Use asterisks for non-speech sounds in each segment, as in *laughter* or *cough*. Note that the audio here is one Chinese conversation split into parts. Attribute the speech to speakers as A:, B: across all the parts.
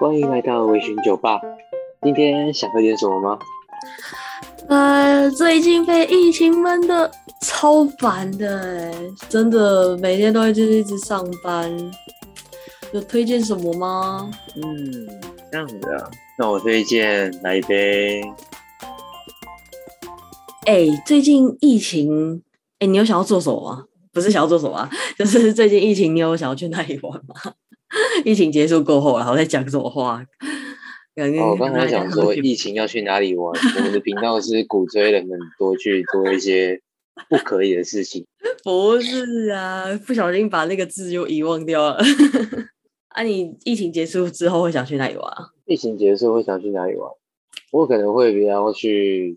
A: 欢迎来到微醺酒吧。今天想喝点什么吗？
B: 呃，最近被疫情闷的超烦的、欸，真的每天都就是一直上班。有推荐什么吗？
A: 嗯，这样子啊。那我推荐来一杯。
B: 哎、最近疫情，哎、你有想要做什么吗？不是想要做什么、啊， *laughs* 就是最近疫情，你有想要去哪里玩吗？ *laughs* 疫情结束过后，然后在讲什么话？感觉
A: 哦，我刚
B: *laughs*
A: 才想说疫情要去哪里玩，我们的频道是鼓吹人们多去做一些不可以的事情。
B: 不是啊，不小心把那个字又遗忘掉了。 *laughs* 啊，你疫情结束之后会想去哪里玩啊？
A: 疫情结束会想去哪里玩？我可能会比较去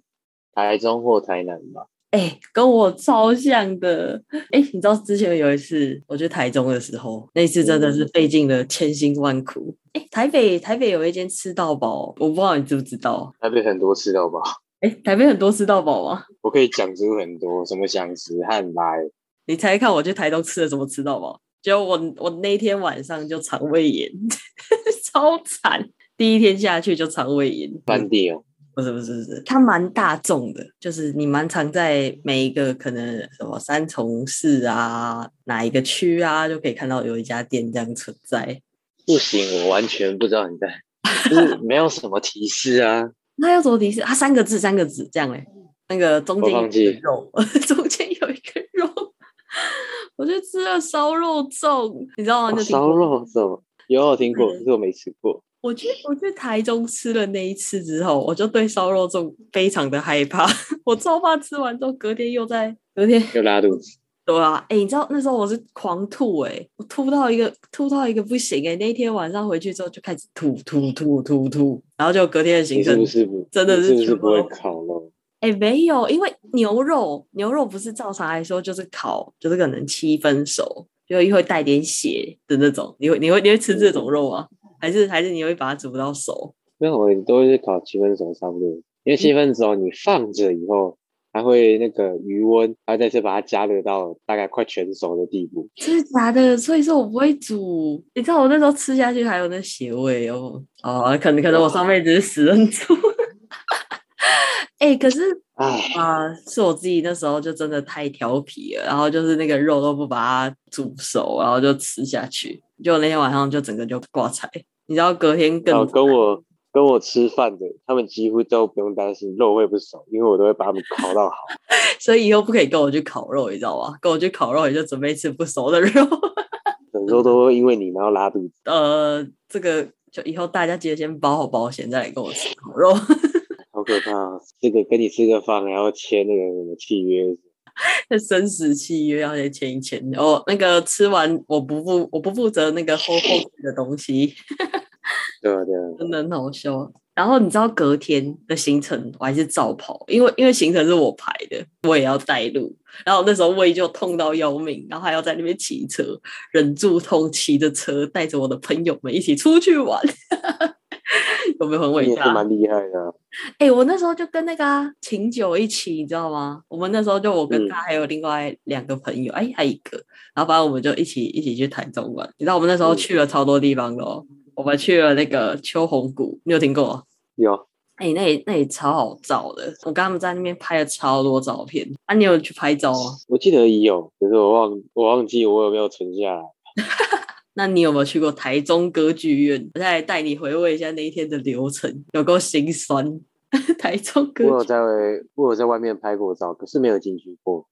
A: 台中或台南吧。
B: 哎、跟我超像的。哎、你知道之前有一次我去台中的时候，那次真的是费尽了千辛万苦。哎、台北台北有一间吃到饱，我不知道你知不知道？
A: 台北很多吃到饱，
B: 哎、台北很多吃到饱吗？
A: 我可以讲出很多什么想吃汉来。
B: 你猜看我去台中吃了什么吃到饱？结果我我那天晚上就肠胃炎， *laughs* 超惨。第一天下去就肠胃炎，
A: 饭店哦，
B: 不是不是不是，它蛮大众的，就是你蛮常在每一个可能什么三重市啊，哪一个区啊，就可以看到有一家店这样存在。
A: 不行，我完全不知道你在，就是没有什么提示啊。
B: 那要怎么提示？它三个字，三个字这样嘞、那个中间
A: 我
B: 有
A: 忘记
B: 一个肉， *laughs* 中间有一个肉，我就吃了烧肉粽，你知道吗？
A: 哦
B: 那
A: 烧、肉什么？有我听过，
B: 嗯
A: 可是我没吃过。
B: 我去我去台中吃了那一次之后，我就对烧肉粽非常的害怕， *laughs* 我超怕吃完之后隔天又在隔天
A: 又拉肚子，
B: 对啊，哎、你知道那时候我是狂吐哎、我吐到一个吐到一个不行哎、那一天晚上回去之后就开始吐吐吐吐吐，然后就隔天的行
A: 你是
B: 程
A: 不是不
B: 真的
A: 你
B: 是
A: 是不是
B: 全部
A: 不会
B: 都
A: 烤肉？
B: 哎、没有，因为牛肉牛肉不是照常来说就是烤，就是可能七分熟，就会带点血的那种，你会你会你会吃这种肉吗？还是还是你会把它煮到熟？
A: 那我都是烤七分熟差不多，因为七
B: 嗯
A: 分熟你放着以后，它会那个余温，它再次把它加热到大概快全熟的地步。
B: 真的假的？所以说我不会煮。你知道我那时候吃下去还有那血味哦。哦，可能可能我上辈子是食人 *laughs* 族。哎、可是
A: 唉，
B: 啊、是我自己那时候就真的太调皮了，然后就是那个肉都不把它煮熟，然后就吃下去，就那天晚上就整个就挂彩。你知道隔天更、
A: 然后哦跟我跟我吃饭的，他们几乎都不用担心肉会不熟，因为我都会把它们烤到好。
B: 所以以后不可以跟我去烤肉，你知道吗？跟我去烤肉，你就准备吃不熟的肉。 *laughs*
A: 有时候都会因为你然后拉肚子。
B: 呃，这个就以后大家记得先包好保险，再来跟我吃烤肉。
A: 好可怕、哦！这个跟你吃个饭，然后签那个什么契约，
B: 那生死契约要先签一签。哦，那个吃完我不负我不负责那个后后续的东西，
A: 对啊对啊，
B: 真的很好笑。然后你知道隔天的行程我还是照跑，因为因为行程是我排的，我也要带路。然后那时候胃就痛到要命，然后还要在那边骑车，忍住痛骑着车，带着我的朋友们一起出去玩， *laughs* 有没有很
A: 你
B: 伟
A: 也是
B: 大？
A: 蛮厉害的啊、
B: 哎、我那时候就跟那个啊琴酒一起，你知道吗？我们那时候就我跟
A: 嗯
B: 他还有另外两个朋友，哎、还有一个，然后反正我们就一起一起去台中玩。你知道我们那时候
A: 嗯
B: 去了超多地方的哦，我们去了那个秋红谷，你有听过吗？
A: 有，
B: 哎、那里那里超好照的，我跟他们在那边拍了超多照片。啊，你有去拍照吗？
A: 我记得也有，可是我忘我忘记我有没有存下来。
B: 那你有没有去过台中歌剧院？我再来带你回味一下那一天的流程，有够心酸。 *laughs* 台中歌
A: 我
B: 剧
A: 有在我有在外面拍过照，可是没有进去过。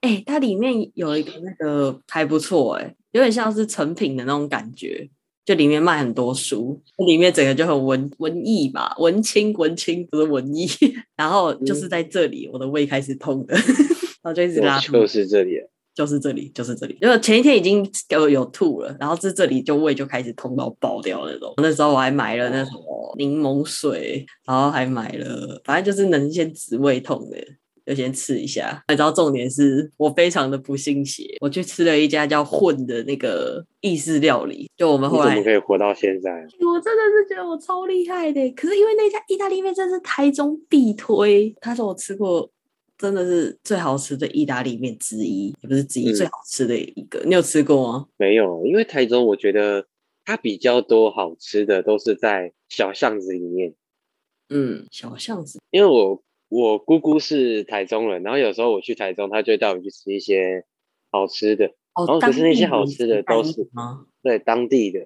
B: 哎、它里面有一个那个还不错，哎，有点像是成品的那种感觉，就里面卖很多书，里面整个就很文文艺吧，文青文青不是文艺。 *laughs* 然后就是在这里，我的胃开始痛的， *laughs* 然后就一直拉
A: 我
B: 肚
A: 就
B: 子，
A: 是这里，
B: 就是这里，就是这里。因为前一天已经有有吐了，然后在这里就胃就开始痛到爆掉那种。那时候我还买了那什么柠檬水，然后还买了，反正就是能先止胃痛的。就先吃一下。你知道重点是我非常的不信邪，我去吃了一家叫混的那个意式料理，就我们
A: 你
B: 后
A: 怎
B: 来
A: 么。可以活到现在？啊
B: 我真的是觉得我超欸厉害的，可是因为那家意大利面真是台中必推，它是我吃过真的是最好吃的意大利面之一，也不是之一，
A: 嗯
B: 最好吃的一个。你有吃过吗？
A: 没有，啊因为台中我觉得它比较多好吃的都是在小巷子里面，
B: 嗯，小巷子，
A: 因为我我姑姑是台中人，然后有时候我去台中，她就会带我去吃一些好吃的，
B: 哦，
A: 哦可
B: 当
A: 是那些
B: 地
A: 好
B: 名
A: 吃的都
B: 单
A: 是
B: 吗？
A: 对当地的，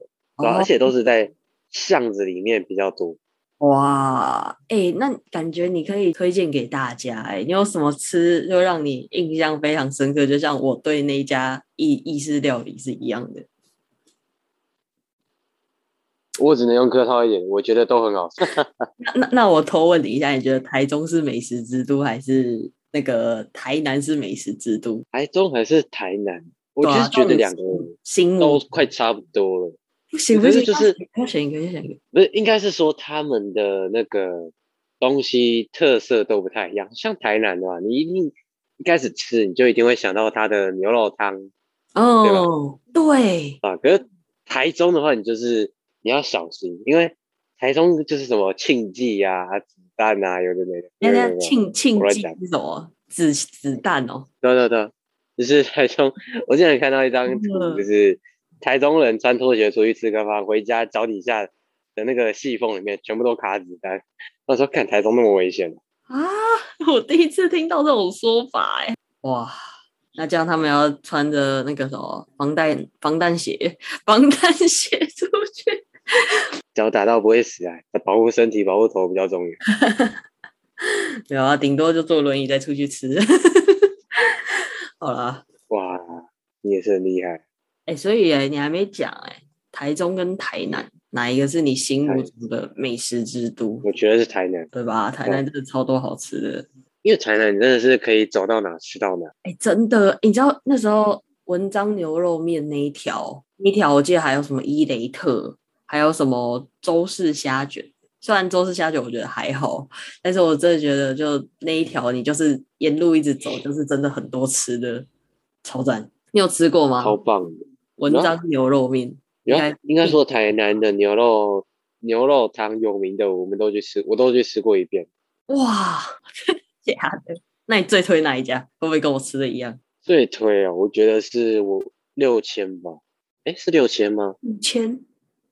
A: 然
B: 哦
A: 后而且都是在巷子里面比较多。
B: 哇，哎、那感觉你可以推荐给大家、欸，哎，你有什么吃就让你印象非常深刻？就像我对那一家意意式料理是一样的。
A: 我只能用客套一点，我觉得都很好吃。
B: 那那那我偷问你一下，你觉得台中是美食之都，还是那个台南是美食之都？
A: *laughs* 台中还是台南，我
B: 对
A: 就
B: 啊
A: 是觉
B: 到
A: 得
B: 底
A: 两个
B: 是嗯心
A: 都
B: 目
A: 快差不多了。
B: 不行
A: 可
B: 不
A: 是
B: 行，
A: 就是啊
B: 要选一个要选一个。
A: 不是，应该是说他们的那个东西特色都不太一样。像台南的话，你一定一开始吃，你就一定会想到它的牛肉汤
B: 哦，对，
A: 啊。可是台中的话，你就是你要小心，因为台中就是什么庆记啊、子弹啊，有的没的。
B: 那
A: 有的
B: 那
A: 没的
B: 庆庆
A: 我来
B: 记
A: 讲
B: 是什么？子子弹哦，
A: 对对对，就是 *laughs* 台中。我之前看到一张图，
B: 嗯
A: 就是台中人穿拖鞋出去吃个饭，回家脚底下的那个细缝里面全部都卡子弹。那时候看台中那么危险。
B: 啊， *laughs* 我第一次听到这种说法哎、哇，那这样他们要穿着那个什么防弹防弹鞋、防弹鞋出去， *laughs*
A: 脚打到不会死啊，保护身体、保护头比较重要。
B: 没有啊，顶多就坐轮椅再出去吃。 *laughs* 好啦，
A: 哇，你也是很厉害。
B: 哎、所以哎、你还没讲哎、台中跟台南哪一个是你心
A: 台
B: 目中的美食之都？
A: 我觉得是台南，
B: 对吧？台南真的超多好吃的，
A: 因为台南真的是可以走到哪吃到哪。
B: 哎、真的，你知道那时候文章牛肉面那一条，那一条我记得还有什么伊雷特，还有什么周氏虾卷。虽然周氏虾卷我觉得还好，但是我真的觉得就那一条，你就是沿路一直走，就是真的很多吃的，超赞。你有吃过吗？
A: 超棒的。
B: 文
A: 有啊
B: 章牛肉面，
A: 然
B: 应
A: 后
B: 该
A: 应该说台南的牛肉牛肉汤有名的，我们都去吃，我都去吃过一遍。
B: 哇， *laughs* 假的？那你最推哪一家？会不会跟我吃的一样？
A: 最推哦，我觉得是我六千吧，哎，是六千吗？
B: 五千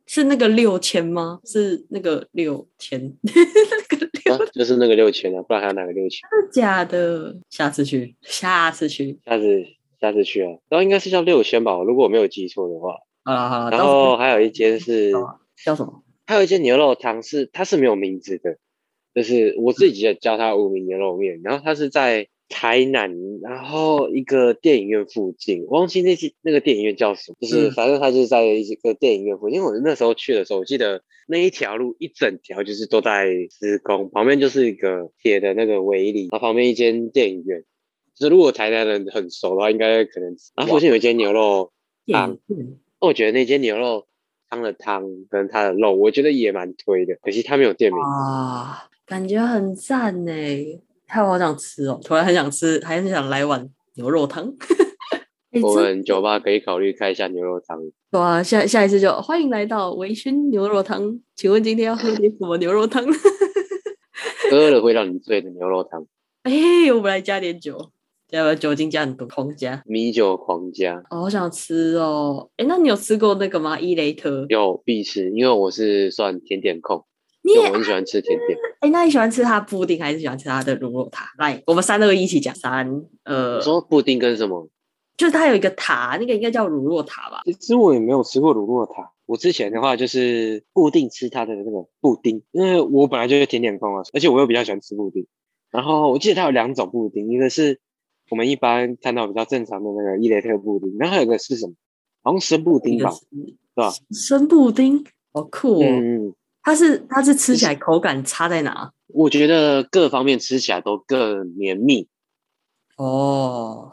B: 是那个六千吗？是那个六千，那个
A: 啊
B: 六，
A: 就是那个六千啊，不然还有哪个六千？
B: 真的 *laughs* 假的？下次去，下次去。
A: 下次下次去啊，然后应该是叫六千吧，如果我没有记错的话。
B: 好了好了，
A: 然
B: 啊到时候
A: 后还有一间是。
B: 叫什么？
A: 还有一间牛肉汤是它是没有名字的，就是我自己也叫它无名牛肉面。然后它是在台南，然后一个电影院附近，我忘记那些那个电影院叫什么，就是
B: 嗯
A: 反正它就是在一个电影院附近。因为我那时候去的时候，我记得那一条路一整条就是都在施工，旁边就是一个铁的那个围篱，然后旁边一间电影院。就是如果台南人很熟的话，应该可能。然后附近有一间牛肉
B: 电
A: 汤
B: 影院
A: 我觉得那间牛肉汤的汤跟它的肉，我觉得也蛮推的，可惜它没有
B: 哦
A: 店名。
B: 哇，感觉很赞呢，害我好想吃哦，突然很想吃，还很想来碗牛肉汤。 *laughs* 哎
A: 我
B: 真
A: 们酒吧可以考虑开一下牛肉汤，
B: 对啊，下下一次就欢迎来到微醺牛肉汤，请问今天要喝点什么牛肉汤？
A: 喝了会让你醉的牛肉汤，
B: 哎、我们来加点酒，要不要酒精加很多，狂加。
A: 米酒狂加，
B: 哦好想吃哦！哎，那你有吃过那个吗？伊雷特？
A: 有必吃，因为我是算甜点控，
B: 你
A: 因为
B: 也
A: 我很喜欢吃甜点。
B: 哎，那你喜欢吃它布丁还是喜欢吃它的乳酪塔？来，我们三二一一起讲，三呃
A: 你，说布丁跟什么？
B: 就是它有一个塔，那个应该叫乳酪塔吧？
A: 其实我也没有吃过乳酪塔，我之前的话就是固定吃它的那个布丁，因为我本来就是甜点控啊，而且我又比较喜欢吃布丁。然后我记得它有两种布丁，一个是我们一般看到比较正常的那个伊雷特布丁，然后还有一个是什么？好像生布丁
B: 一个
A: 吧，
B: 是
A: 对吧？
B: 生布丁，好酷哦！
A: 嗯，嗯
B: 它是它是吃起来口感差在哪？
A: 我觉得各方面吃起来都更绵密。
B: 哦，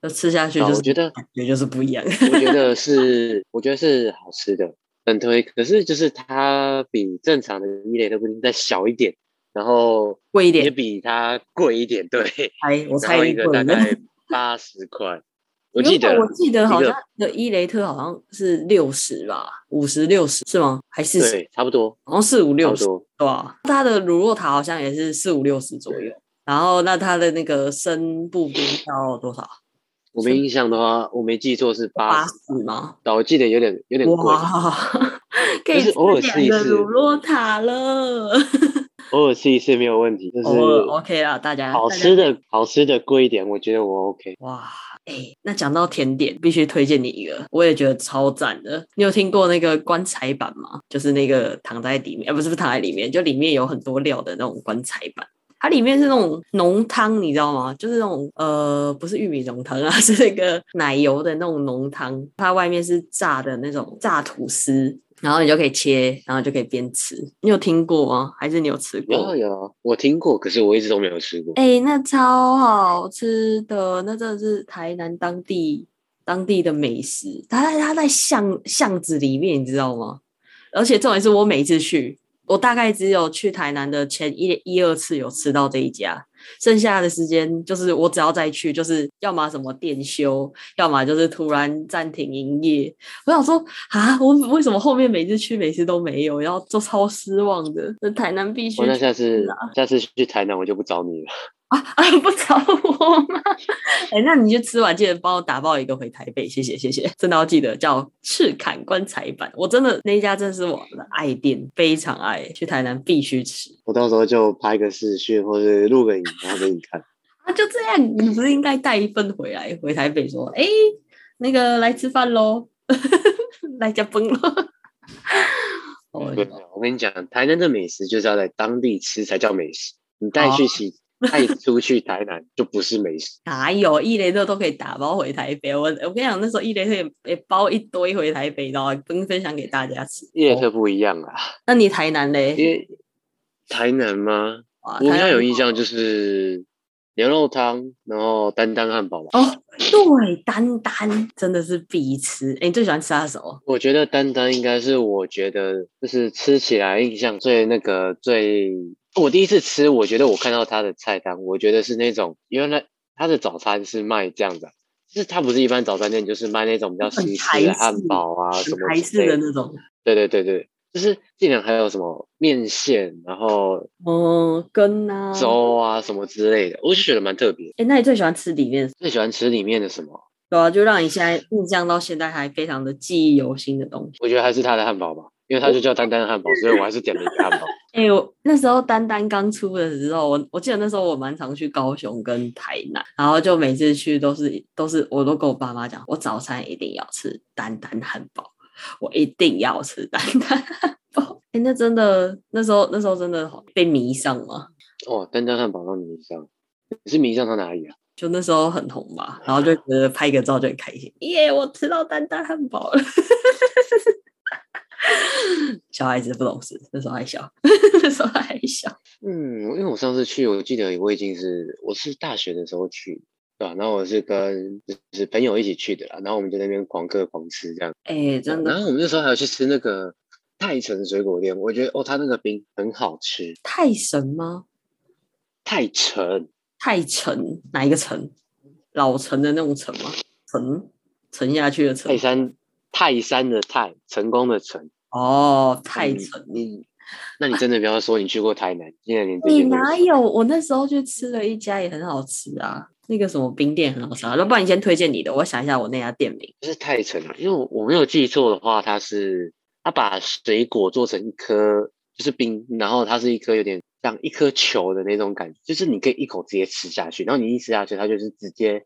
B: 就吃下去
A: 啊
B: 就是
A: 我觉
B: *laughs*
A: 得
B: 感觉就是不一样。
A: 我觉得是，我觉得是好吃的，很推。可是就是它比正常的伊雷特布丁再小一点，然后
B: 贵一
A: 也
B: 点，
A: 比它贵一点，对。
B: 猜我
A: 然
B: 猜
A: 后一
B: 你
A: 个
B: 贵
A: 大
B: 了。
A: 概八十
B: *laughs*
A: 块，我记
B: 原
A: 得
B: 本我记得好
A: 一个
B: 像的伊雷特好像是六十吧，五十六十是吗？还是
A: 对，差不多，
B: 好像四五
A: 差
B: 六
A: 不
B: 十
A: 多。
B: 对吧、它的乳酪塔好像也是四五六十左右，然后那它的那个生布丁要多少？
A: 我没印象的话，我没记错是八十，
B: 十吗？
A: 但我记得有点有点贵，
B: 哇，可以
A: 就是偶尔试一
B: 两个
A: 试
B: 乳酪塔了。
A: 偶尔吃一次没有问题，就是
B: 偶尔 OK 啦，大家
A: 好
B: 大家
A: 吃的好吃的贵一点，我觉得我 OK。
B: 哇，哎、那讲到甜点，必须推荐你一个，我也觉得超赞的。你有听过那个棺材板吗？就是那个躺在里面，呃，不是不是躺在里面，就里面有很多料的那种棺材板。它里面是那种浓汤，你知道吗？就是那种呃，不是玉米浓汤啊， *laughs* 是那个奶油的那种浓汤。它外面是炸的那种炸吐司，然后你就可以切，然后就可以边吃。你有听过吗？还是你有吃
A: 有
B: 过？
A: 有，我听过，可是我一直都没有吃过。
B: 哎、那超好吃的，那真的是台南当地当地的美食。它它在巷巷子里面，你知道吗？而且重点是我每一次去，我大概只有去台南的前一一二次有吃到这一家，剩下的时间就是我只要再去，就是要么什么店休，要么就是突然暂停营业。我想说啊，我为什么后面每次去每次都没有？然后就超失望的。那台南必须
A: 我那
B: 去
A: 下次
B: 吃啊
A: 下次去台南我就不找你了。
B: 啊啊！ *laughs* 不找我吗？ *laughs* 哎、那你就吃完记得帮我打包一个回台北，谢谢谢谢，真的要记得叫赤坎棺材板，我真的那一家真的是我的爱店，非常爱，去台南必须吃。
A: 我到时候就拍个视讯或者录个影，然后给你看。
B: 啊，就这样，你不是应该带一份回来回台北说，哎、那个来吃饭喽， *laughs* 来加崩喽。哦
A: 对，我跟你讲，台南的美食就是要在当地吃才叫美食，你带
B: 哦
A: 去其
B: *laughs*
A: 带出去台南就不是美食。
B: 哪有一雷特都可以打包回台北？我我跟你讲，那时候一雷特也也包一堆回台北，然后分分享给大家吃。哦
A: 夜特不一样啊，
B: 那你台南嘞？
A: 因为台南吗？
B: 哇
A: 我比较有
B: 哎啊台南
A: 印象就是牛肉汤，然后丹丹汉堡吧。
B: 哦，对，丹丹真的是必吃。哎，你最喜欢吃它什么？
A: 我觉得丹丹应该是我觉得就是吃起来印象最那个最，我第一次吃，我觉得我看到它的菜单，我觉得是那种原来它的早餐是卖这样的，就是它不是一般早餐店，就是卖那种比较
B: 很
A: 西
B: 台
A: 式的
B: 式
A: 汉堡啊什么
B: 台
A: 之
B: 式
A: 类
B: 的
A: 的。
B: 那种，
A: 对对对对，就是竟然还有什么面线，然后
B: 哦，根啊。
A: 粥啊什么之类的，我就觉得蛮特别。
B: 哎，那你最喜欢吃里面什么？
A: 最喜欢吃里面的什么？
B: 对啊，就让你现在印象到现在还非常的记忆犹新的东西。
A: 我觉得还是它的汉堡吧，因为它就叫丹丹汉堡，所以我还是点了一个汉堡。
B: 哎、我那时候丹丹刚出的时候，我我记得那时候我蛮常去高雄跟台南，然后就每次去都是都是我都跟我爸妈讲，我早餐一定要吃丹丹汉堡，我一定要吃丹丹汉堡。 *laughs* 哎、那真的那时候那时候真的好被迷上嘛，
A: 哦，丹丹汉堡让你迷上，你是迷上到哪里啊？
B: 就那时候很红吧，然后就觉得拍个照就很开心，耶、我吃到丹丹汉堡了。 *laughs* 小孩子不懂事，那时候还小， *laughs* 那时候还小。
A: 嗯，因为我上次去，我记得我已经是我是大学的时候去，对吧、然后我是跟就是朋友一起去的啦，然后我们就在那边狂嗑狂吃这样。
B: 哎、真的
A: 然后我们那时候还有去吃那个泰城水果店，我觉得哦，它那个冰很好吃。
B: 太神吗？
A: 泰城
B: 太城哪一个城？老城的那种城吗？城沉下去的城
A: 泰山泰山的泰，成功的成。
B: 哦，
A: 嗯
B: 太城。
A: 你你那你真的不要说你去过台南，竟然连这
B: 你
A: 些都不
B: 哪
A: 知道
B: 有？我那时候去吃了一家也很好吃啊，那个什么冰店很好吃啊。要不然你先推荐你的，我想一下我那家店名。
A: 就是泰城啊，因为我我没有记错的话，它是它把水果做成一颗就是冰，然后它是一颗有点像一颗球的那种感觉，就是你可以一口直接吃下去，然后你一吃下去，它就是直接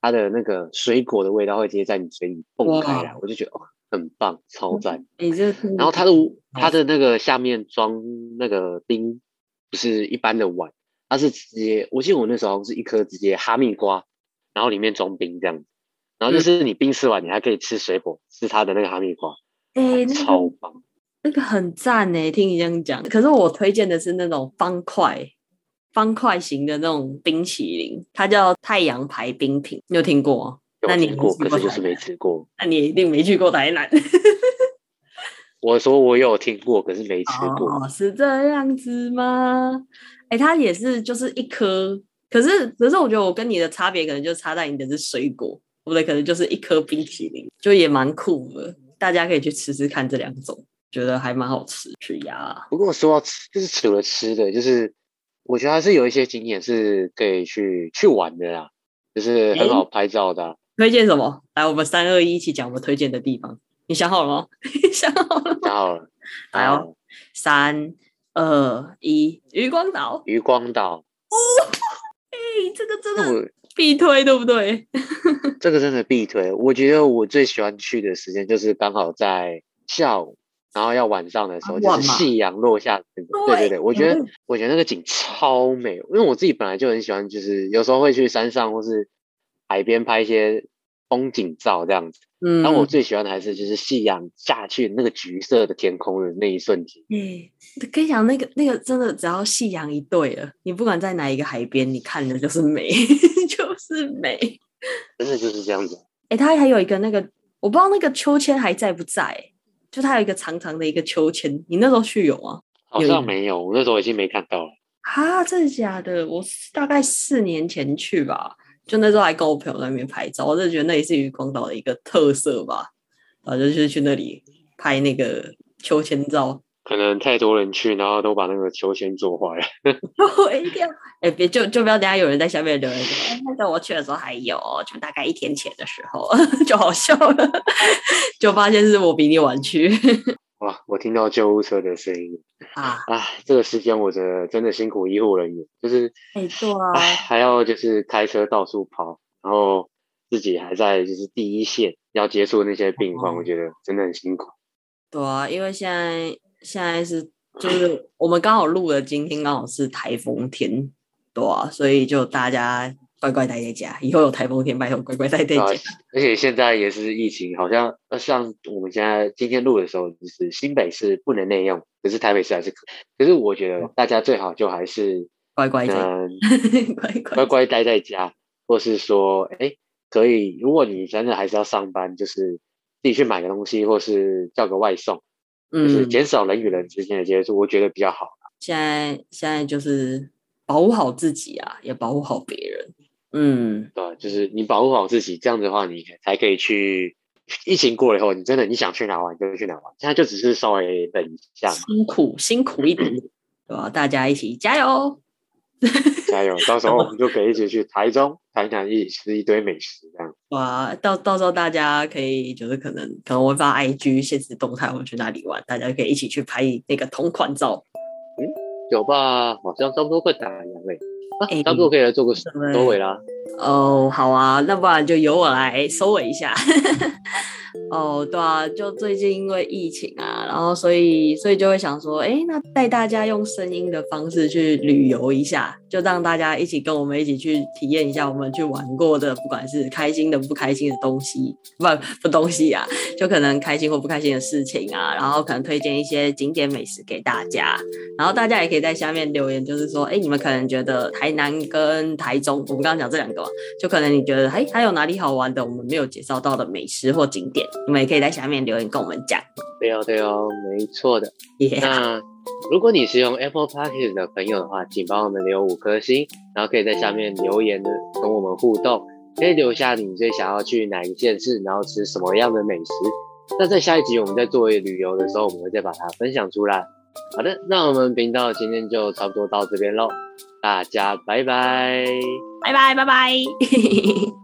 A: 它的那个水果的味道会直接在你嘴里蹦开来，我就觉得哦很棒，超赞。
B: 哎、这个
A: 然后它的
B: 好
A: 它的那个下面装那个冰不是一般的碗，它是直接，我记得我那时候好像是一颗直接哈密瓜，然后里面装冰这样子。然
B: 嗯
A: 后就是你冰吃完，你还可以吃水果，吃它的那个哈密瓜，
B: 哎、那个
A: 超棒。
B: 那个很赞呢，听你这样讲。可是我推荐的是那种方块、方块型的那种冰淇淋，它叫太阳牌冰品，你有听过吗？那
A: 有
B: 你
A: 吃
B: 没
A: 过，
B: 吃
A: 可
B: 过
A: 是就
B: 台
A: 是没
B: 南
A: 吃过。
B: 那你一定没去过台南。
A: 我说我有听过，可是没吃过。
B: 哦，是这样子吗？哎、它也是就是一颗，可是可是我觉得我跟你的差别可能就差在你的是水果，我的可能就是一颗冰淇淋，就也蛮酷的，大家可以去吃吃看这两种，觉得还蛮好吃。去呀，
A: 不过说到吃，就是除了吃的，就是我觉得还是有一些景点是可以去去玩的啦，就是很好拍照的啊、
B: *laughs* *laughs* 推荐什么？来，我们三二一一起讲我们推荐的地方。你想好了吗？ *laughs* 你想好了吗？
A: 然后，
B: 哎呦
A: 然后
B: 三二一，渔光岛。
A: 渔光岛，
B: 哎、这个真
A: 那
B: 的
A: 我
B: 必推，对不对？
A: *laughs* 这个真的必推。我觉得我最喜欢去的时间就是刚好在下午，然后要晚上的时候，
B: 傍
A: 就
B: 晚
A: 是
B: 嘛
A: 夕阳落下的那个。对对对，我觉得
B: 嗯
A: 我觉得那个景超美，因为我自己本来就很喜欢，就是有时候会去山上或是海边拍一些风景照这样子。
B: 嗯，
A: 但我最喜欢的还是就是夕阳下去那个橘色的天空的那一瞬间。
B: 哎、跟你讲，那个那个真的，只要夕阳一对了，你不管在哪一个海边，你看的就是美， *laughs* 就是美。
A: 真的就是这样子。
B: 哎、它还有一个那个，我不知道那个秋千还在不在、就它有一个长长的一个秋千，你那时候去有吗？
A: 好
B: 有
A: 像
B: 一
A: 没有，我那时候已经没看到了。
B: 啊，真的假的？我是大概四年前去吧，就那时候还跟我朋友在那边拍照，我就觉得那也是渔光岛的一个特色吧，然后就是去那里拍那个秋千照，
A: 可能太多人去，然后都把那个球鞋做坏了。
B: *laughs* 我一定要哎，别、就就不要等下有人在下面留言说，哎，那个我去的时候还有，就大概一天前的时候 *laughs* 就好笑了， *laughs* 就发现是我比你晚去 *laughs*
A: 哇！我听到救护车的声音，
B: 啊，
A: 啊，这个时间我真的真的辛苦医护人员，就是
B: 哎、对
A: 唉，
B: 啊，
A: 还要就是开车到处跑，然后自己还在就是第一线要接触那些病患，
B: 哦
A: 我觉得真的很辛苦。
B: 对啊，因为现在现在是就是我们刚好录的，今天刚好是台风天，对啊，所以就大家乖乖待在家，以后有台风天，拜托乖乖待在
A: 对啊
B: 家。
A: 而且现在也是疫情，好像呃像我们现在今天录的时候，就是新北市不能内用，可是台北市还是可。可是我觉得大家最好就还是
B: 乖哦乖在家， *laughs*
A: 能
B: 乖乖
A: 啊乖乖待在家，或是说，哎，可以，如果你真的还是要上班，就是自己去买个东西，或是叫个外送，就是
B: 嗯，
A: 减少人与人之间的接触，我觉得比较好。
B: 现在现在就是保护好自己啊，也保护好别人。嗯，
A: 对吧，就是你保护好自己，这样子的话，你才可以去。疫情过了以后，你真的你想去哪玩就去哪玩，现在就只是稍微等一下嘛，
B: 辛苦辛苦一点，对吧、大家一起加油！
A: 加油！到时候我们就可以一起去台中、台南一起吃一堆美食，这样。
B: 哇，到到时候大家可以就是可能可能我会发 IG 现实动态，我们去哪里玩，大家可以一起去拍那个同款照。
A: 酒吧好像差不多快打烊了，啊
B: 哎
A: 差不多可以来做个
B: 对
A: 收尾啦。
B: 哦，好啊，那不然就由我来收尾一下。 *laughs* 哦，对啊，就最近因为疫情啊，然后所以所以就会想说，哎，那带大家用声音的方式去旅游一下，就让大家一起跟我们一起去体验一下我们去玩过的，不管是开心的、不开心的东西，不不东西啊，就可能开心或不开心的事情啊，然后可能推荐一些景点美食给大家，然后大家也可以在下面留言，就是说，哎，你们可能觉得台南跟台中，我们刚刚讲这两个嘛，就可能你觉得，哎，还有哪里好玩的，我们没有介绍到的美食或景点，你们也可以在下面留言跟我们讲。
A: 对哦，对哦，没错的。
B: 耶、
A: 那如果你是用 Apple Podcast 的朋友的话，请帮我们留五颗星，然后可以在下面留言的跟我们互动，可以留下你最想要去哪一县市，然后吃什么样的美食。那在下一集我们在做旅游的时候，我们会再把它分享出来。好的，那我们频道今天就差不多到这边喽，大家拜拜。
B: 拜拜拜拜。